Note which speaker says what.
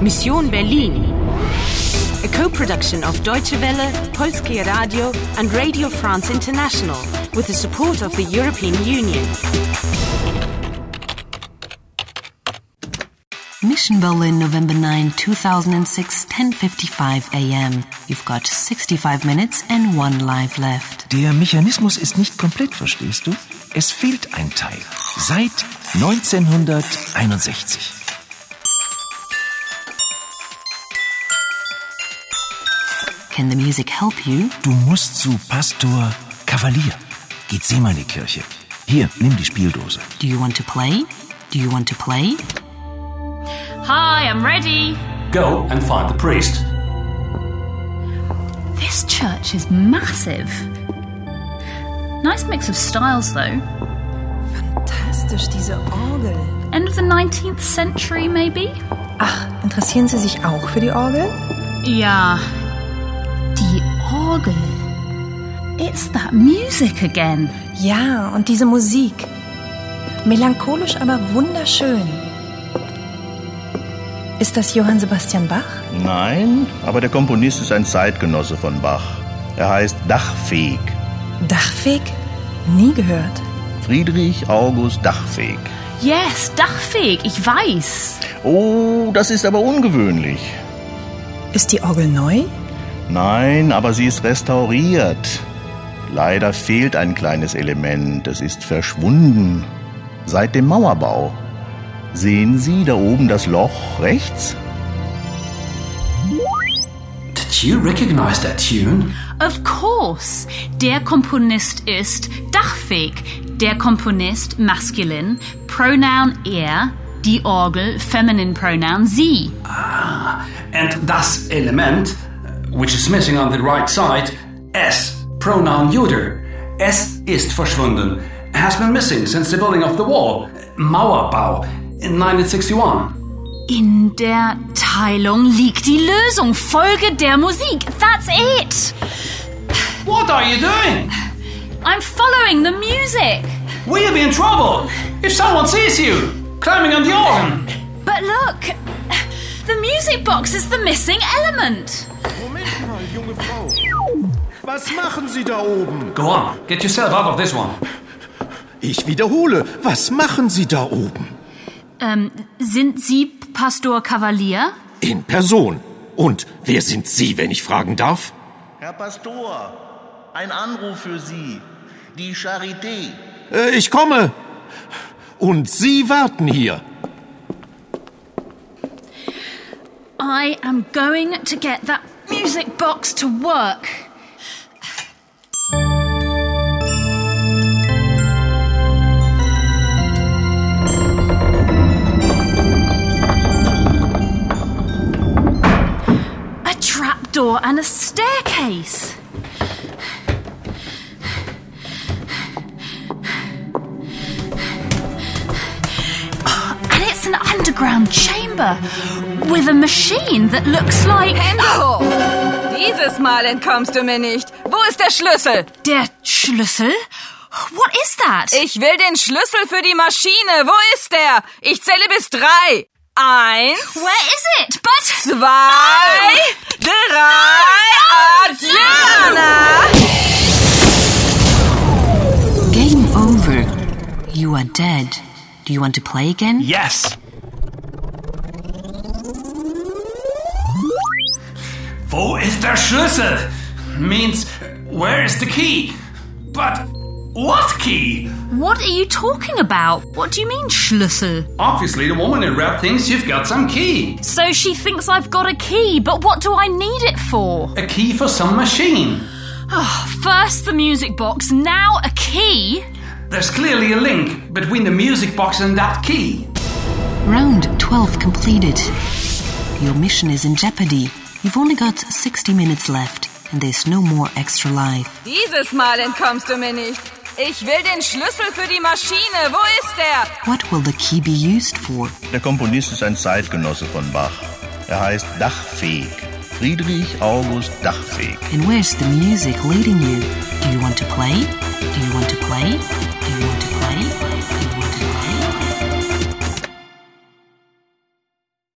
Speaker 1: Mission Berlin. A co-production of Deutsche Welle, Polskie Radio and Radio France International with the support of the European Union.
Speaker 2: Mission Berlin, November 9, 2006, 10.55 a.m. You've got 65 minutes and one life left.
Speaker 3: Der Mechanismus ist nicht komplett, verstehst du? Es fehlt ein Teil. Seit 1961.
Speaker 2: Can the music help you?
Speaker 3: Du musst zu Pastor Kavalier. Geht sie mal in die Kirche. Hier, nimm die Spieldose.
Speaker 2: Do you want to play? Do you want to play?
Speaker 4: Hi, I'm ready.
Speaker 5: Go and find the priest.
Speaker 4: This church is massive. Nice mix of styles, though.
Speaker 6: Fantastisch, diese Orgel.
Speaker 4: End of the 19th century, maybe?
Speaker 6: Ach, interessieren Sie sich auch für die Orgel?
Speaker 4: Yeah. Die Orgel. It's that music again.
Speaker 6: Ja, und diese Musik. Melancholisch, aber wunderschön. Ist das Johann Sebastian Bach?
Speaker 7: Nein, aber der Komponist ist ein Zeitgenosse von Bach. Er heißt Dachfeg.
Speaker 6: Dachfeg? Nie gehört.
Speaker 7: Friedrich August Dachfeg.
Speaker 4: Yes, Dachfeg, ich weiß.
Speaker 7: Oh, das ist aber ungewöhnlich.
Speaker 6: Ist die Orgel neu?
Speaker 7: Nein, aber sie ist restauriert. Leider fehlt ein kleines Element. Es ist verschwunden. Seit dem Mauerbau. Sehen Sie da oben das Loch rechts?
Speaker 5: Did you recognize that tune?
Speaker 4: Of course. Der Komponist ist Dachfeg. Der Komponist masculine, pronoun er, die Orgel feminine pronoun sie.
Speaker 5: And das element, uh, which is missing on the right side, S, pronoun Juder. S ist verschwunden. Has been missing since the building of the wall, Mauerbau, in 1961.
Speaker 4: In der Teilung liegt die Lösung. Folge der Musik. That's it.
Speaker 5: What are you doing?
Speaker 4: I'm following the music.
Speaker 5: We'll be in trouble if someone sees you climbing on the organ.
Speaker 4: But look, the music box is the missing element.
Speaker 8: Moment mal, junge Frau. Was machen Sie da oben?
Speaker 5: Go on, get yourself out of this one.
Speaker 8: Ich wiederhole, was machen Sie da oben?
Speaker 4: Ähm, sind Sie Pastor Kavalier?
Speaker 8: In Person. Und wer sind Sie, wenn ich fragen darf?
Speaker 7: Herr Pastor, ein Anruf für Sie. Die Charité.
Speaker 8: Äh, ich komme. Und Sie warten hier.
Speaker 4: I am going to get that music box to work. A trapdoor and a staircase. And it's an underground chamber with a machine that looks like.
Speaker 9: Endo! Dieses Mal entkommst du mir nicht. Wo ist der Schlüssel?
Speaker 4: Der Schlüssel? What is that?
Speaker 9: Ich will den Schlüssel für die Maschine. Wo ist der? Ich zähle bis drei. Eins,
Speaker 4: Where is it? But
Speaker 9: zwei, drei. Adriana!
Speaker 2: Game over. You are dead. Do you want to play again?
Speaker 5: Yes. Wo ist der Schlüssel? Means, where is the key? But what key?
Speaker 4: what are you talking about? What do you mean, Schlüssel?
Speaker 5: Obviously, the woman in red thinks you've got some key.
Speaker 4: So she thinks I've got a key, but what do I need it for? Oh,
Speaker 5: A key for some machine.
Speaker 4: First the music box, now a key.
Speaker 5: There's clearly a link between the music box and that key.
Speaker 2: Round 12 completed. Your mission is in jeopardy. You've only got 60 minutes left, and there's no more extra life.
Speaker 9: Dieses Mal entkommst du mir nicht. Ich will den Schlüssel für die Maschine. Wo ist der?
Speaker 2: What will the key be used for?
Speaker 7: Der Komponist ist ein Zeitgenosse von Bach. Er heißt Dachfeg. Friedrich August Dachfeg.
Speaker 2: And where's the music leading you? Do you want to play? Do you want to play? Do you want to play?